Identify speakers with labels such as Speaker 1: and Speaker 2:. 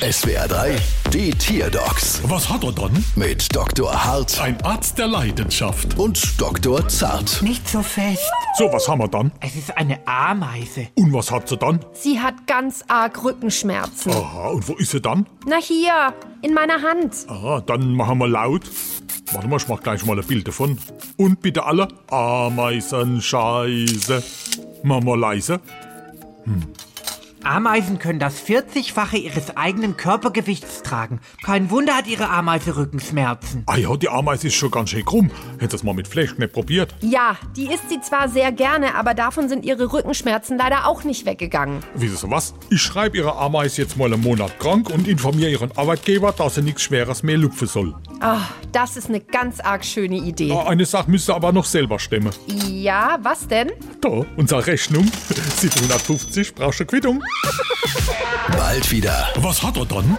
Speaker 1: SWR 3, die Tierdocs
Speaker 2: Was hat er dann?
Speaker 1: mit Dr. Hart
Speaker 2: Ein Arzt der Leidenschaft.
Speaker 1: und Dr. Zart.
Speaker 3: Nicht so fest.
Speaker 2: So, was haben wir dann?
Speaker 3: Es ist eine Ameise.
Speaker 2: Und was hat sie dann?
Speaker 4: Sie hat ganz arg Rückenschmerzen.
Speaker 2: Aha, und wo ist sie dann?
Speaker 4: Na hier, in meiner Hand.
Speaker 2: Aha, dann machen wir laut. Warte mal, ich mach gleich mal ein Bild davon. Und bitte alle Ameisenscheiße. Machen wir leise.
Speaker 3: Ameisen können das 40-fache ihres eigenen Körpergewichts tragen. Kein Wunder hat ihre Ameise Rückenschmerzen.
Speaker 2: Ah ja, die Ameise ist schon ganz schön krumm. Hättest es mal mit Fleischknepp probiert.
Speaker 4: Ja, die isst sie zwar sehr gerne, aber davon sind ihre Rückenschmerzen leider auch nicht weggegangen.
Speaker 2: Wisst ihr was? Ich schreibe ihre Ameise jetzt mal einen Monat krank und informiere ihren Arbeitgeber, dass sie nichts Schweres mehr lupfen soll.
Speaker 4: Ah, das ist eine ganz arg schöne Idee.
Speaker 2: Ah, Eine Sache müsst ihr aber noch selber stemmen.
Speaker 4: Ja, was denn?
Speaker 2: Da, unsere Rechnung. 750, brauchst du Quittung.
Speaker 1: Bald wieder.
Speaker 2: Was hat er dann?